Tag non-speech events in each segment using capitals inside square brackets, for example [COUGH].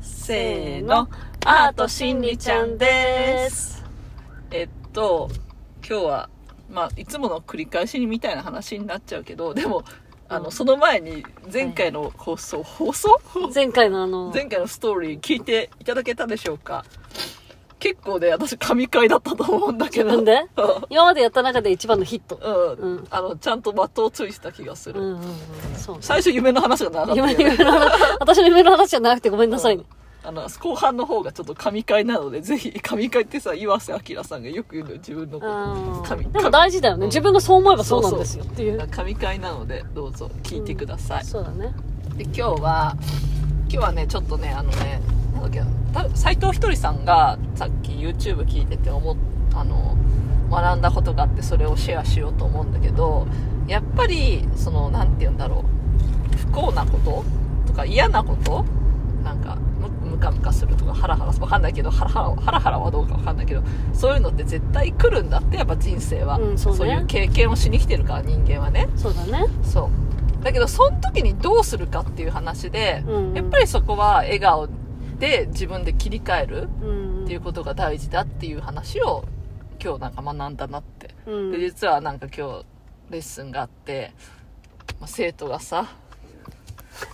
せーの、アートしんりちゃんです。えっと、今日は、まあ、いつもの繰り返しみたいな話になっちゃうけど、でも、あの、その前に、前回の放送、放送 [LAUGHS] 前回のあの、前回のストーリー聞いていただけたでしょうか結構ね、私、神回だったと思うんだけ自ど。分でう今までやった中で一番のヒット。んううんん。あの、ちゃんと的をついてた気がすうる。んうんうん。そう。最初、夢の話が長かったよ夢ね夢の話、私の夢の話じゃなくてごめんなさいね。あの後半の方がちょっと神回なのでぜひ神回ってさ岩瀬明さんがよく言うのよ自分のことあー神でも神大事だよね。自分がそう思えばそうなんですよっていう。神回なのでどうぞ聞いてください、そうだね。で今日は今日はねちょっとねあのねなんだっけな斎藤ひとりさんがさっき YouTube 聞いてて思っあの学んだことがあってそれをシェアしようと思うんだけどやっぱりそのなんて言うんだろう不幸なこととか嫌なことなんかムムカムカするとかハラハラわかんないけどハラハラハラハラはどうかわかんないけどそういうのって絶対来るんだってやっぱ人生は、うんそうねいう経験をしに来てるから人間はねそうだね。そうだけどその時にどうするかっていう話で、うんうんやっぱりそこは笑顔で自分で切り替えるうん。っていうことが大事だっていう話を今日なんか学んだなって、うん。で実はなんか今日レッスンがあって、まあ生徒がさ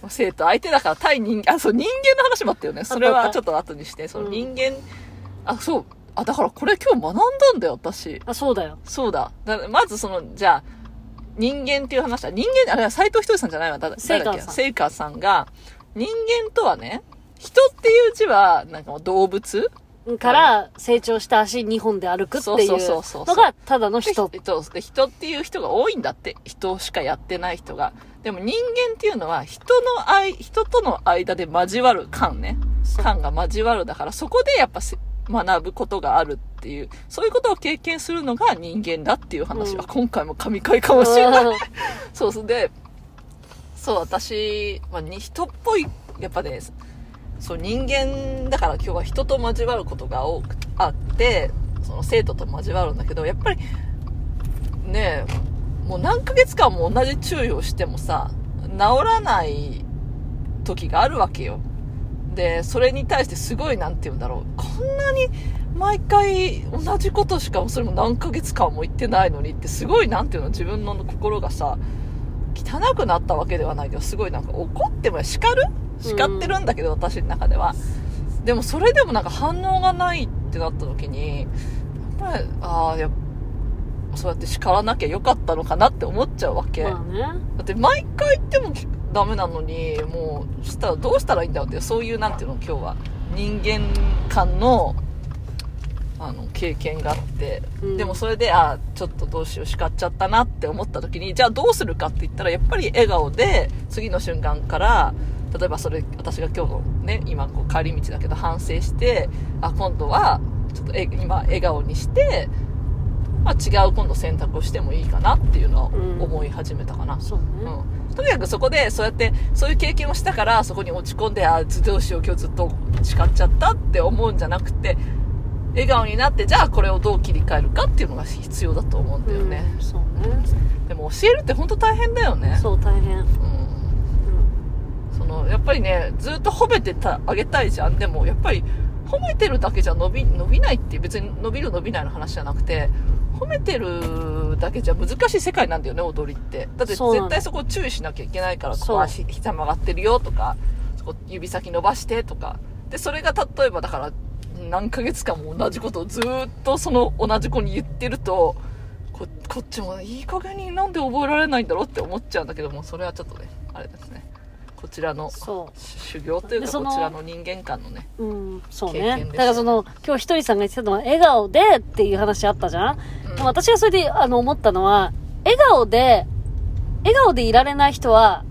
まあ生徒相手だから対人間あそう人間の話もあったよねそれあったあはったちょっと後にしてそのうん人間、あそうあだからこれ今日学んだんだよ私あ、そうだよ。そうだ。だからまずその、じゃあ、人間っていう話は、人間、あれは斎藤ひとりさんじゃないわ。だセイ誰カだっーけさんセイカーさんが、人間とはね、人っていう字は、なんかもう動物から成長した足2本で歩くっていそううそうそうそうのがただの人。でそうで人っていう人が多いんだって。人しかやってない人が。でも人間っていうのは、人の愛、人との間で交わる感ね。そう感が交わるだから、そこでやっぱせ学ぶことがあるっていう、そういうことを経験するのが人間だっていう話は、うん今回も神回かもしれない。 [LAUGHS] そうそうでそう私、まあ、に人っぽいやっぱねそう人間だから今日は人と交わることが多くあってその生徒と交わるんだけどやっぱりねえもう何ヶ月間も同じ注意をしてもさ治らない時があるわけよでそれに対してすごいなんて言うんだろうこんなに毎回同じことしかそれも何ヶ月間も言ってないのにってすごいなんていうの自分の心がさ汚くなったわけではないけどすごいなんか怒っても叱る叱ってるんだけど、私の中ではでもそれでもなんか反応がないってなった時にやっぱりああやっぱそうやって叱らなきゃよかったのかなって思っちゃうわけ、 [LAUGHS] まあね。だって毎回言ってもダメなのにもうしたらどうしたらいいんだろうってそういうなんていうの今日は人間間のあの経験があって、うんでもそれであちょっとどうしよう叱っちゃったなって思った時にじゃあどうするかって言ったらやっぱり笑顔で次の瞬間から例えばそれ私が今日のね今こう帰り道だけど反省してあ今度はちょっとえ今笑顔にして、まあ、違う今度選択をしてもいいかなっていうのは思い始めたかな、そうね。うん、とにかくそこでそうやってそういう経験をしたからそこに落ち込んであーどうしよう今日ずっと叱っちゃったって思うんじゃなくて笑顔になってじゃあこれをどう切り替えるかっていうのが必要だと思うんだよね、うんそうね。でも教えるって本当大変だよねそう、大変。ううんん、そのやっぱりねずっと褒めてたあげたいじゃんでもやっぱり褒めてるだけじゃ伸び伸びないって別に伸びる伸びないの話じゃなくて褒めてるだけじゃ難しい世界なんだよね踊りってだってそうな絶の対そこ注意しなきゃいけないからこそうこ足膝曲がってるよとかそこ指先伸ばしてとかでそれが例えばだから何ヶ月間も同じことをずーっとその同じ子に言ってるとここっちもいい加減になんで覚えられないんだろうって思っちゃうんだけどもそれはちょっとねあれですねこちらのそう。修行というでかそのこちらの人間観のねうん、そう経験ねで。すだからその、今日ひとりさんが言ってたのは、笑顔でっていう話あったじゃん、うんでも私がそれで、あの、思ったのは、笑顔で、笑顔でいられない人は、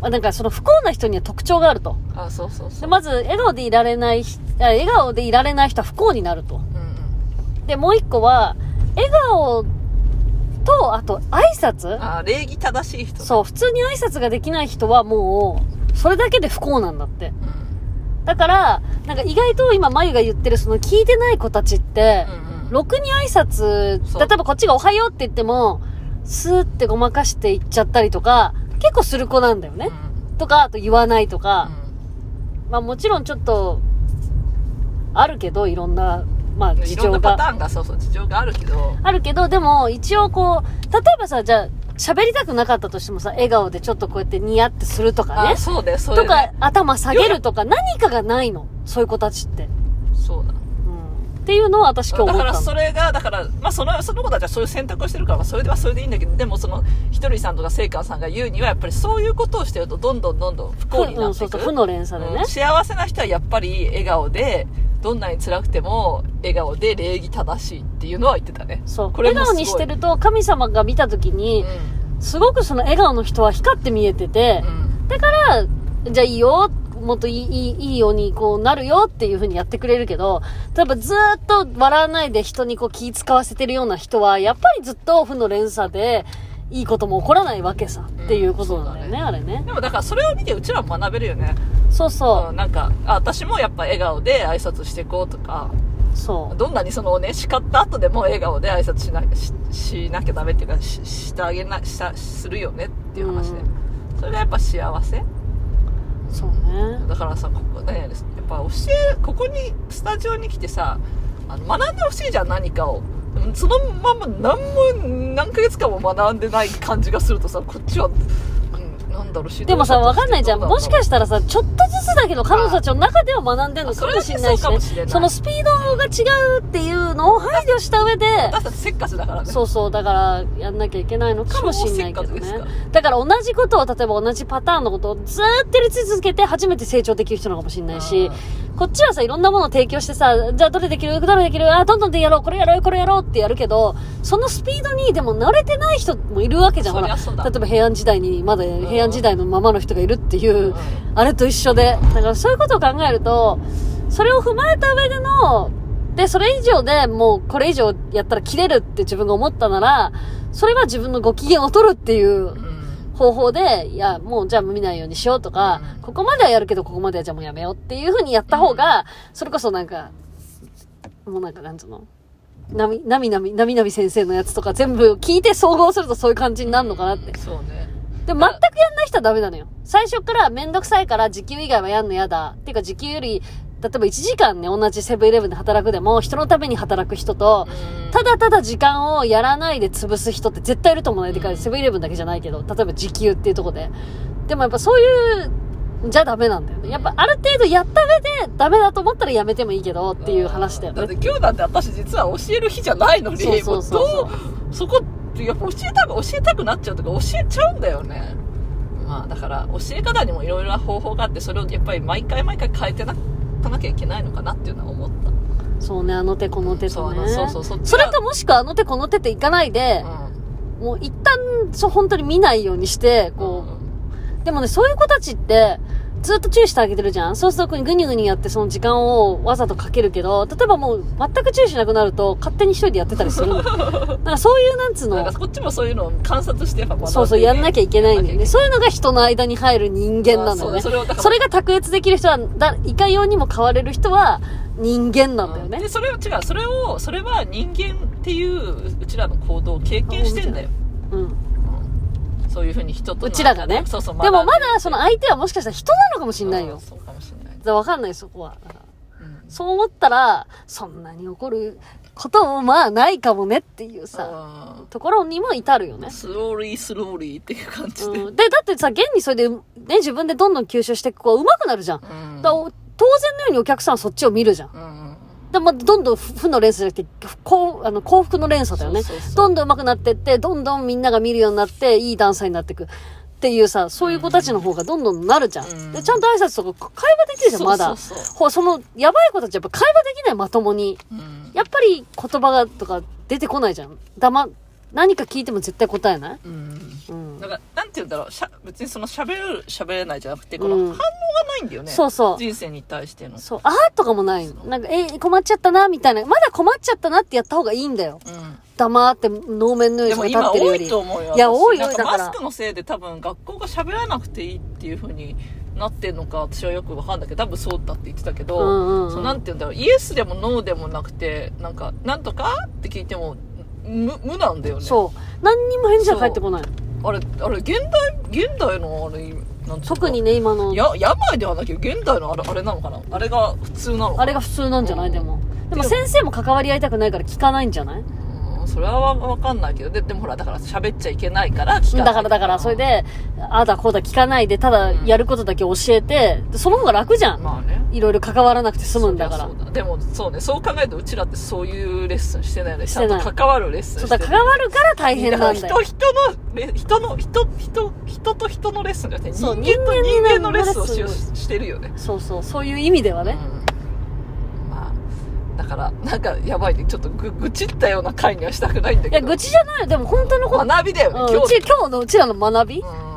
あなんかその不幸な人には特徴があると。あそうそうそでう、まず、笑顔でいられないひ、あ笑顔でいられない人は不幸になると。うんうん、で、もう一個は、笑顔と、あと、挨拶あ礼儀正しい人ねそう、普通に挨拶ができない人はもう、それだけで不幸なんだって。うん、だから、なんか意外と今、まゆが言ってる、その聞いてない子たちって、うんうんろくに挨拶、そう例えばこっちがおはようって言っても、スーってごまかして言っちゃったりとか、結構する子なんだよね。うんとか、あと言わないとか、うまあもちろんちょっと、あるけど、いろんな、まあ、事いろん情なパタが。ーンがそうそう事情があるけどあるけど、でも、一応こう、例えばさ、じゃあ、喋りたくなかったとしてもさ、笑顔でちょっとこうやってニヤってするとかねあ。そうだよそうとだよか、頭下げるとか、何かがないの。そういう子たちって。そうだうん。っていうのを私今日だ思かっらたその。れがだから、まあ、そのその子たちはそういう選択をしてるから、まあ、それではそれでいいんだけどでもそのひとりさんとかせいかんさんが言うにはやっぱりそういうことをしてるとどんどんどんどん不幸にふうなっん、てそいうく、そう、負の連鎖でねうん。幸せな人はやっぱり笑顔でどんなに辛くても笑顔で礼儀正しいっていうのは言ってたねそう。これ笑も顔にしてると、神様が見た時うにん、すごくその笑顔の人は光って見えてて、うんだから、じゃあいいよ、もっといい、いい、いいようにこうなるよっていう風にやってくれるけど、例えばずーっと笑わないで人にこう気使わせてるような人は、やっぱりずっと負の連鎖で、いいことも起こらないわけさ、うんっていうことなんだよそね、うだねあれね。でもだからそれを見てうちらも学べるよね、そううそんなんかあ私もやっぱ笑顔で挨拶していこうとかう、そう。どんなにそのね叱った後でも笑顔で挨拶しなししなきゃダメっていうかししてあげなしたするよねっていう話で、それがやっぱ幸せそうね。だからさここねやっぱ教えここにスタジオに来てさあの学んでほしいじゃん何かをでもそのまま何も何ヶ月間も学んでない感じがするとさこっちは、うん、なんだろう指導者でもさ、わかんないじゃん。もしかししたらさ、ちょっとずつだけど彼女たちの中では学んでるのかもしれないし、それだけそうかね、もしれなそいのスピードが違うっていうのを配慮した上で、私たちせっかちだからねそうそう、だからやんなきゃいけないのかもしれないけど超せっねかちで。だから同じことを、例えば同じパターンのことをずーっとやり続けて初めて成長できる人なのかもしれないし、こっちはさ、いろんなものを提供してさ、じゃあどれできるどれできるあ、どんどんでやろうこれやろうこれやろうってやるけど、そのスピードにでも慣れてない人もいるわけじゃん。そほりらゃそうだ例えば平安時代に、まだん平安時代のままの人がいるっていう、うんあれと一緒で。だからそういうことを考えると、それを踏まえた上での、で、それ以上でもうこれ以上やったら切れるって自分が思ったなら、それは自分のご機嫌を取るっていううん方法で、いや、もうじゃあ見ないようにしようとか、うんここまではやるけどここまではじゃあもうやめようっていう風にやった方が、それこそなんか、もうなんかなんつうの、なみ、なみなみ、なみなみ先生のやつとか全部聞いて総合するとそういう感じになるのかなって。そうねでも全くやんない人はダメなのよ。最初からめんどくさいから時給以外はやんのやだ。っていうか時給より、例えば1時間ね、同じセブンイレブンで働くでも、人のために働く人と、ただただ時間をやらないで潰す人って絶対いると思うね。でかうんセブンイレブンだけじゃないけど、例えば時給っていうところで。でもやっぱそういう、じゃダメなんだよね。やっぱある程度やった上で、ダメだと思ったらやめてもいいけどっていう話だよだってね。今日なんて私実は教える日じゃないのにそうそうそうそうもどうそこやっぱ教えたく教えたくなっちゃうとか教えちゃうんだよねまあだから教え方にもいろいろな方法があってそれをやっぱり毎回毎回変えてなかなきゃいけないのかなっていうのは思った、そうね、あの手この手とね。そうそうそうそっちがれかもしくはあの手この手っていかないで、もう一旦、そう、本当に見ないようにして、こう。でもね、そういう子たちって、ずっと注意してあげてるじゃん。そうすると、ぐにゅぐにゅやって、その時間をわざとかけるけど、例えばもう、全く注意しなくなると、勝手に一人でやってたりす [LAUGHS] るんだよ。なんかそういう、なんつううん、なんのか、こっちもそういうのを観察してやっぱ学んでねそうそう、やんなきゃいけないんだよね。そういうのが人の間に入る人間なんだよあね。そそうだそれをだかられが卓越できる人は、だいかようにも変われる人は、人間なんだよねで。それを違うそれをそれは人間っていううちらの行動を経験してんだようん。そういうふうに人とのうちらがねそうそうでもま学んだ、その相手はもしかしたら人なのかもしんないうんよ。そうかもしれない、だからわかんない、そこは。だからうんそう思ったら、そんなに怒ることもまあないかもねっていうさ、あところにも至るよねー。スローリースローリーっていう感じで、うん、で、だってさ、現にそれで、ね、自分でどんどん吸収していく子は上手くなるじゃん。だうんからお当然のようにお客さんはそっちを見るじゃん。うんで、まあ、どんどん負負の連鎖じゃなくて、幸あの幸福の連鎖だよねそうそうそうどんどん上手くなってって、どんどんみんなが見るようになって、いいダンサーになっていく。っていうさ、そういう子たちの方がどんどんなるじゃん。うんで、ちゃんと挨拶とか会話できるじゃん、まだ。そうそうそほその、やばい子たちやっぱ会話できない、まともに。うんやっぱり言葉がとか出てこないじゃん。黙、何か聞いても絶対答えないうんうん。なんかなんて言うんだろうしゃ別にその喋る喋れないじゃなくてこうんの反応がないんだよね、そうそう人生に対してのそう、あーとかもないの。なんか、えー困っちゃったな、みたいな。まだ困っちゃったなってやった方がいいんだよ。うん黙って、能面のよでうもに立っ今てる多よいり。と思うよいや私多いよなんかだからマスクのせいで多分学校が喋らなくていいっていうふうになってんのか私はよくわかんないけど多分そうだって言ってたけど、うんうんうんそうなんて言うんだろうイエスでもノーでもなくてなんかなんとかって聞いても無無なんだよねそう。何にも返事が返ってこない。あれあれ現代現代のあれなんつうの特にね、今の。や病ではなきゃ現代のあれあれなのかなあれが普通なのかなあれが普通なんじゃない、うんでも。でも先生も関わり合いたくないから聞かないんじゃないうんそれはわかんないけどででもほらだから喋っちゃいけないから聞かないだからだから、それで、ああだこうだ聞かないで、ただうんやることだけ教えて、でその方が楽じゃん。まあねいろいろ関わらなくて済むんだかそらりゃ。そうだでもそうねそう考えるとうちらってそういうレッスンしてないよねしちてなゃいんと関わるレッスンそうしてだ、る関わるから大変なんだよから。人人のレ人の人人人と人のレッスンじゃなくて人そう間と人間人間ののレッスンをしレッスしてるよねそうそう、そういう意味ではね。うんまあだからなんかやばいねちょっとぐ愚痴ったような会にはしたくないんだいけや、ど愚痴じゃないよ。でも本当のこと。学びだよね、うん今う日ち、今日のうちらの学びうん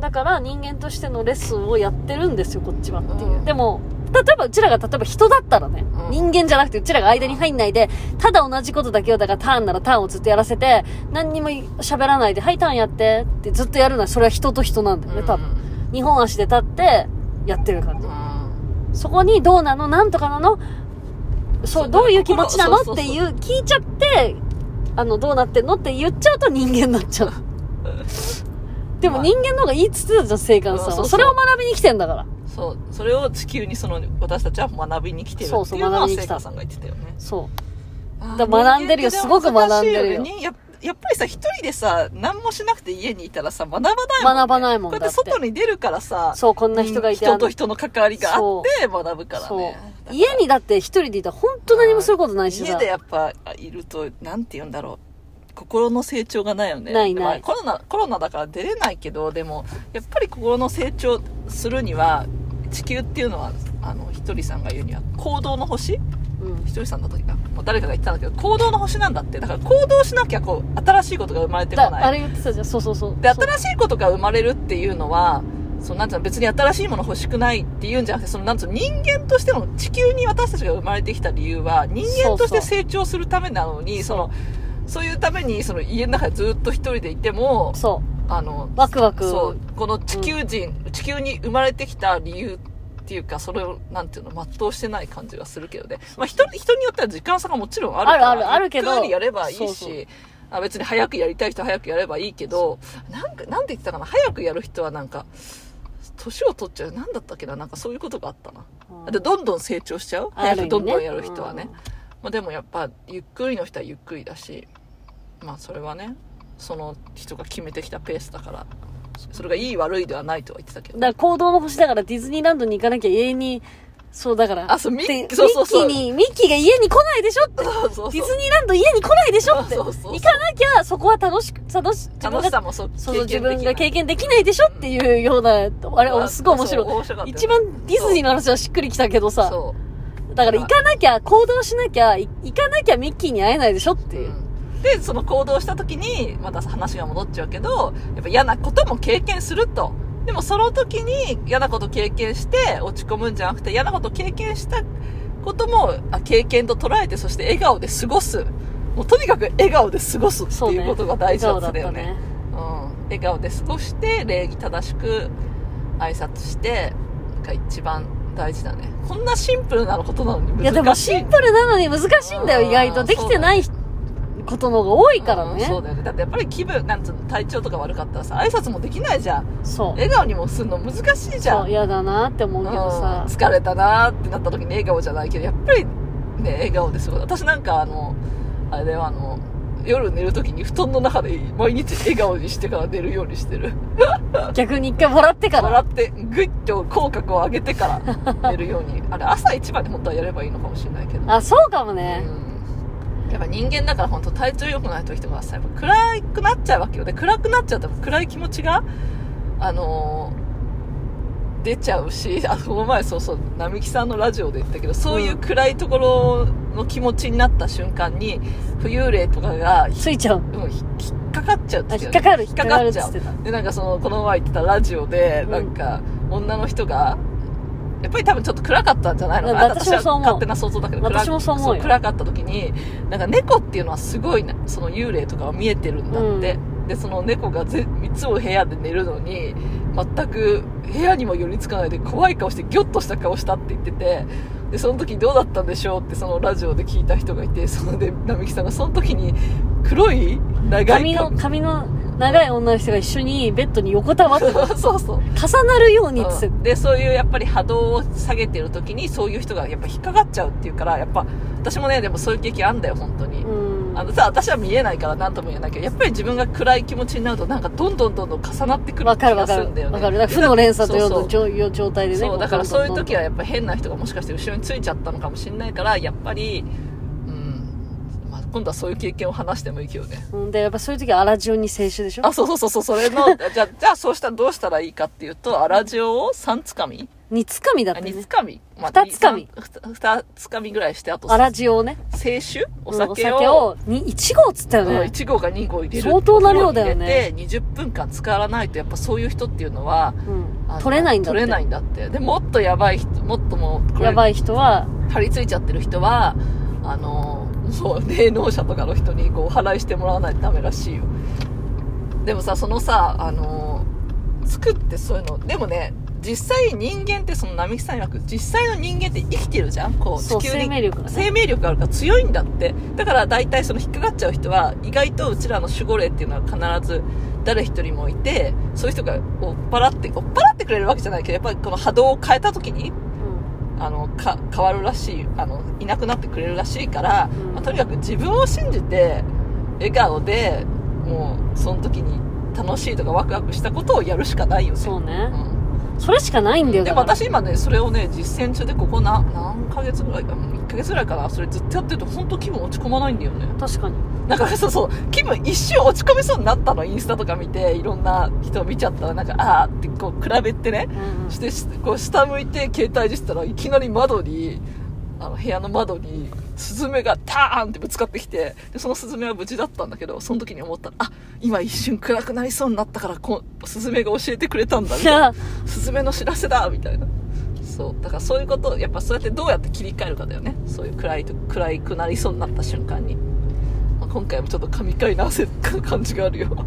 だから人間としてのレッスンをやってるんですよ、こっちはっていう。うんでも、例えばうちらが例えば人だったらね、うん人間じゃなくてうちらが間に入んないで、ただ同じことだけを、だからターンならターンをずっとやらせて、何にも喋らないで、はい、ターンやってってずっとやるのは、それは人と人なんだよね、多分。二本足で立って、やってる感うじ。んそこにどうなのなんとかなのそ、そううどういう気持ちなのそうっそうそてういう、聞いちゃって、あの、どうなってんのって言っちゃうと人間になっち [LAUGHS] ゃう。でもまあ人間の方が言いつつだじゃん、生還さんそうそうそは。うそれを学びに来てんだから。そうそれを地球にその私たちは学びに来てるそうってそういうのは学びに来聖た華さんが言ってたよねそあだー学んでるよ人間すごく学んでるよ難しいねややっぱりさ一人でさ何もしなくて家にいたらさ学ばないもん、ね、学ばないもんこうだやっってて外に出るからさう。そう、こんな人がいて。人あのと人の関わりがあそって学ぶからそうねだから家にだって一人でいたら本当何もすることないし家さで。やっぱいるとなんて言うんだろう心の成長がないよねないないまあコロナコロナだから出れないけどでもやっぱり心の成長するには地球っていうのはあのひとりさんが言うには行動の星うんひとりさんだったっけなもう誰かが言ってたんだけど行動の星なんだってだから行動しなきゃこう新しいことが生まれてこだあないれ言ってたじゃん、そうそうそう。でそう新しいことが生まれるっていうのはそうなんていうの別に新しいもの欲しくないっていうんじゃなくてそのなんていうの人間としての地球に私たちが生まれてきた理由は人間として成長するためなのにそのそういうためにその家の中でずっと一人でいてもそあのう。ワクワク。そうこの地球人、地球に生まれてきた理由っていうかそれをなんていうの全うしてない感じがするけどね、まあ、人人によっては時間差がもちろんあるからあるあるあるけどゆっくりやればいいしそうそうあ別に早くやりたい人は早くやればいいけどなんかなんて言ってたかな早くやる人はなんか年を取っちゃうなんだったっけななんかそういうことがあったな、うんでどんどん成長しちゃうあ早る意味ねくどんどんやる人はねうんまあ、でもやっぱゆっくりの人はゆっくりだしまあそれはねその人が決めてきたペースだからそれがいい悪いではないとは言ってたけどだから行動の星だからディズニーランドに行かなきゃ永遠に、そうだから。あそうミッキーでそうそうそうミッキーに、ミッキーが家に来ないでしょって。そうそうディそズうニーランド家に来ないでしょって。そうそうそう行かなきゃ、そこは楽しく、楽し、自分楽しが、さもそうそうそう自分が経験験できないでしょっていうような、あれ、すごい面白い。い一番ディズニーの話はしっくりきたけどさ、そうだから行かなきゃ、行動しなきゃ、い行かなきゃミッキーに会えないでしょっていう。うんでその行動した時にまた話が戻っちゃうけどやっぱ嫌なことも経験するとでもその時に嫌なこと経験して落ち込むんじゃなくて嫌なこと経験したこともあ経験と捉えてそして笑顔で過ごすもうとにかく笑顔で過ごすってそういうね。ことが大事笑な顔んだっだよたねね。うん、笑顔で過ごして礼儀正しく挨拶してが一番大事だねこんなシンプルなことなのに難しいいやでもシンプルなのに難しいんだよ、意外と。できてない人ことの方が多いからうんそうだね。よねだってやっぱり気分なんつうの体調とか悪かったらさ挨拶もできないじゃんそう。笑顔にもするの難しいじゃんそう嫌だなって思うけどさ、うん疲れたなーってなった時に笑顔じゃないけどやっぱりね笑顔ですごい私なんかあのあれだよあの夜寝る時に布団の中で毎日笑顔にしてから寝るようにしてる逆に一回もらってから笑ってグッと口角を上げてから寝るようにあれ朝一番で本当はやればいいのかもしれないけどあそうかもね、うんやっぱ人間だから本当体調良くない時とかさやっぱ暗くなっちゃうわけよで暗くなっちゃうと暗い気持ちがあのー出ちゃうしあこの前そうそう並木さんのラジオで言ったけどそういう暗いところの気持ちになった瞬間に浮遊霊とかが、ついちゃううん、ひ引っかかっちゃうあて言引ってかたよねかる引引っっかかかかるっっつちゃっうてたでなんかそのこの前言ってたラジオで、うんなんか女の人がやっぱり多分ちょっと暗かったんじゃないのかなうん私もそう思はう勝手な想像だけど暗私もそう思うよそ暗かった時になんか猫っていうのはすごいなその幽霊とかは見えてるんだって、でその猫がぜ3つも部屋で寝るのに全く部屋にも寄りつかないで怖い顔してギョッとした顔したって言っててでその時どうだったんでしょうってそのラジオで聞いた人がいてそので並木さんがその時に黒い長い髪の髪の長い女の人が一緒にベッドに横たわって、 [LAUGHS] [LAUGHS] そうそう、重なるようにつ、うんでそういうやっぱり波動を下げてる時にそういう人がやっぱ引っかかっちゃうっていうからやっぱ私もねでもそういう経験あんだよ本当に、うん。あのさ私は見えないから何とも言えないけどやっぱり自分が暗い気持ちになるとなんかどんどんどんどん重なってくるわ気かるわがかする。るんだよねわかる。だから負の連鎖とそようそうう状いう状態でね。そうだからそういう時は。はやっぱ変な人がもしかして後ろについちゃったのかもしれないからやっぱり、うんまあ、今度はそういう経験を話してもいいけどねうんで、やっぱそういう時は荒順に青春でしょあそうそうそうそうそれのじゃあじゃあそうしたらどうしたらいいかっていうと粗塩を3つかみ二つかみだっあた2ねつ。かみ、ま二つかみ2つかみぐらいしてあと荒清塩をね。酒おうん酒を,、に、1合っつったようん、ね。 1合か2合入れる相当な量だよね入れて20分間使わないとやっぱそういう人っていうのはうんあの取れないんだって。取れないんだってでもっとやばい人もっともうこれやばい人は、張り付いちゃってる人はあのそう霊能者とかの人にこうお祓いしてもらわないとダメらしいよでもさそのさあの作ってそういうのでもね実際人間ってその並木さん曰く実際の人間って生きてるじゃんこうそう、地球生に命力がね。生命力があるから強いんだってだから大体その引っかかっちゃう人は意外とうちらの守護霊っていうのは必ず誰一人もいてそういう人が追っ払って追っ払ってくれるわけじゃないけどやっぱりこの波動を変えた時にうんあのか変わるらしいあのいなくなってくれるらしいから、うんまあとにかく自分を信じて笑顔でもうその時に楽しいとかワクワクしたことをやるしかないよねそうね。うそれしかないんだよ、ん、でだもから。私今ねそれをね実践中でここな何ヶ月ぐらいか1ヶ月ぐらいかなそれずっとやってると本当気分落ち込まないんだよね確かに。なんかそうそう気分一瞬落ち込みそうになったのインスタとか見ていろんな人見ちゃったらなんかああってこう比べてねうんうんしてしこう下向いて携帯でしたらいきなり窓にあの部屋の窓にスズメがターンってぶつかってきてでそのスズメは無事だったんだけどその時に思ったらあ今一瞬暗くなりそうになったからこスズメが教えてくれたんだみいたいなや、スズメの知らせだみたいなそうだからそういうことやっぱそうやってどうやって切り替えるかだよねそういう暗いと暗いくなりそうになった瞬間に、まあ今回もちょっと神回な汗か感じがあるよ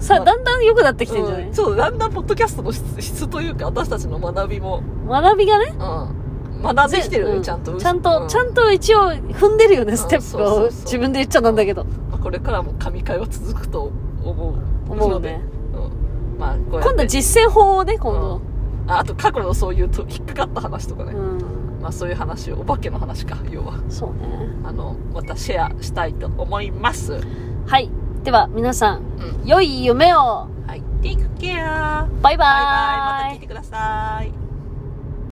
さまあ、あだんだん良くなってきてんじゃないうんそうだんだんポッドキャストの質質というか私たちの学びも学びがね。うん学んできてるよね、うちゃんとちゃんうと、ちゃんと一応踏んでるよね、ステップそうそを。うそう自分で言っちゃなんだけど。まあこれからも神会は続くと思う思うね。のでうんまあこうやって今度実践法をね、今度。うんああと過去のそういうと引っかかった話とかね、うん。まあそういう話お化けの話か要はそうね。あのまたシェアしたいと思います、うはい。では、皆さん、ん良い夢をはい、Take care ババイイバーイバイまた聞いてください